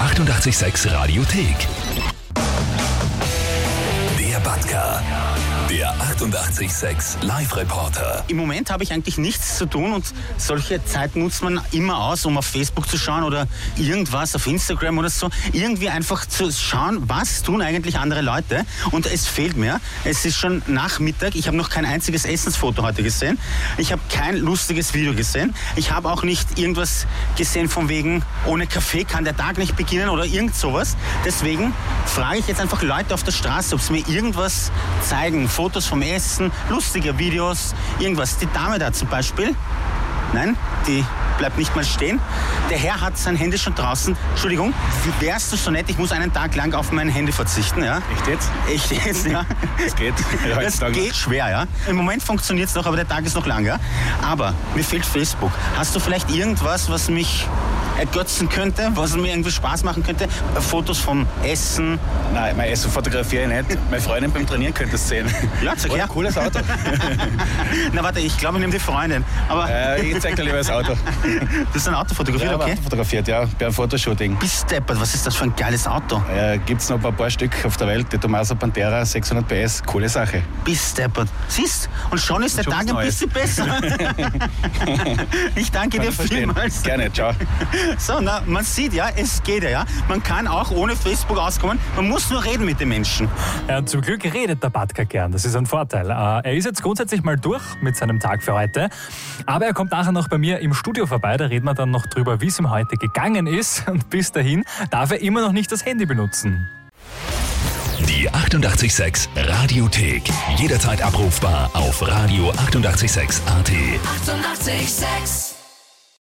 886 Radiothek. Der Batka. Der 886 Live-Reporter. Im Moment habe ich eigentlich nichts zu tun und solche Zeit nutzt man immer aus, um auf Facebook zu schauen oder irgendwas auf Instagram oder so. Irgendwie einfach zu schauen, was tun eigentlich andere Leute. Und es fehlt mir. Es ist schon Nachmittag. Ich habe noch kein einziges Essensfoto heute gesehen. Ich habe kein lustiges Video gesehen. Ich habe auch nicht irgendwas gesehen von wegen, ohne Kaffee kann der Tag nicht beginnen oder irgend sowas. Deswegen frage ich jetzt einfach Leute auf der Straße, ob sie mir irgendwas zeigen. Fotos vom Essen, lustige Videos, irgendwas. Die Dame da zum Beispiel, nein, die bleibt nicht mal stehen. Der Herr hat sein Handy schon draußen. Entschuldigung, wärst du so nett, ich muss einen Tag lang auf mein Handy verzichten, ja? Echt jetzt? Echt jetzt, ja? Das geht. Ja, Das heutzutage. geht schwer, ja. Im Moment funktioniert es noch, aber der Tag ist noch lang, ja. Aber mir fehlt Facebook. Hast du vielleicht irgendwas, was mich ergötzen könnte, was mir irgendwie Spaß machen könnte? Äh, Fotos vom Essen. Nein, mein Essen fotografiere ich nicht. Meine Freundin beim Trainieren könnte es sehen. Ja, sag Oder her. cooles Auto. Na warte, ich glaube, ich nehme die Freundin. Aber äh, ich zeig dir lieber das Auto. das ist ein Auto fotografiert, Ja, okay? Auto fotografiert, ja, bei einem Fotoshooting. Bist deppert, was ist das für ein geiles Auto? Äh, Gibt es noch ein paar Stück auf der Welt, die Tomasa Pantera 600 PS, coole Sache. Bist deppert. Siehst, und schon ist der schon Tag was ein Neues. bisschen besser. ich danke Kann dir ich verstehen. vielmals. Gerne, ciao. So, na, man sieht ja, es geht ja, ja. Man kann auch ohne Facebook auskommen. Man muss nur reden mit den Menschen. Ja, und Äh, zum Glück redet der Batka gern, das ist ein Vorteil. Äh, Er ist jetzt grundsätzlich mal durch mit seinem Tag für heute, aber er kommt nachher noch bei mir im Studio vorbei, da reden wir dann noch drüber, wie es ihm heute gegangen ist und bis dahin darf er immer noch nicht das Handy benutzen. Die 886 Radiothek. Jederzeit abrufbar auf radio886.at. 886! 886. 886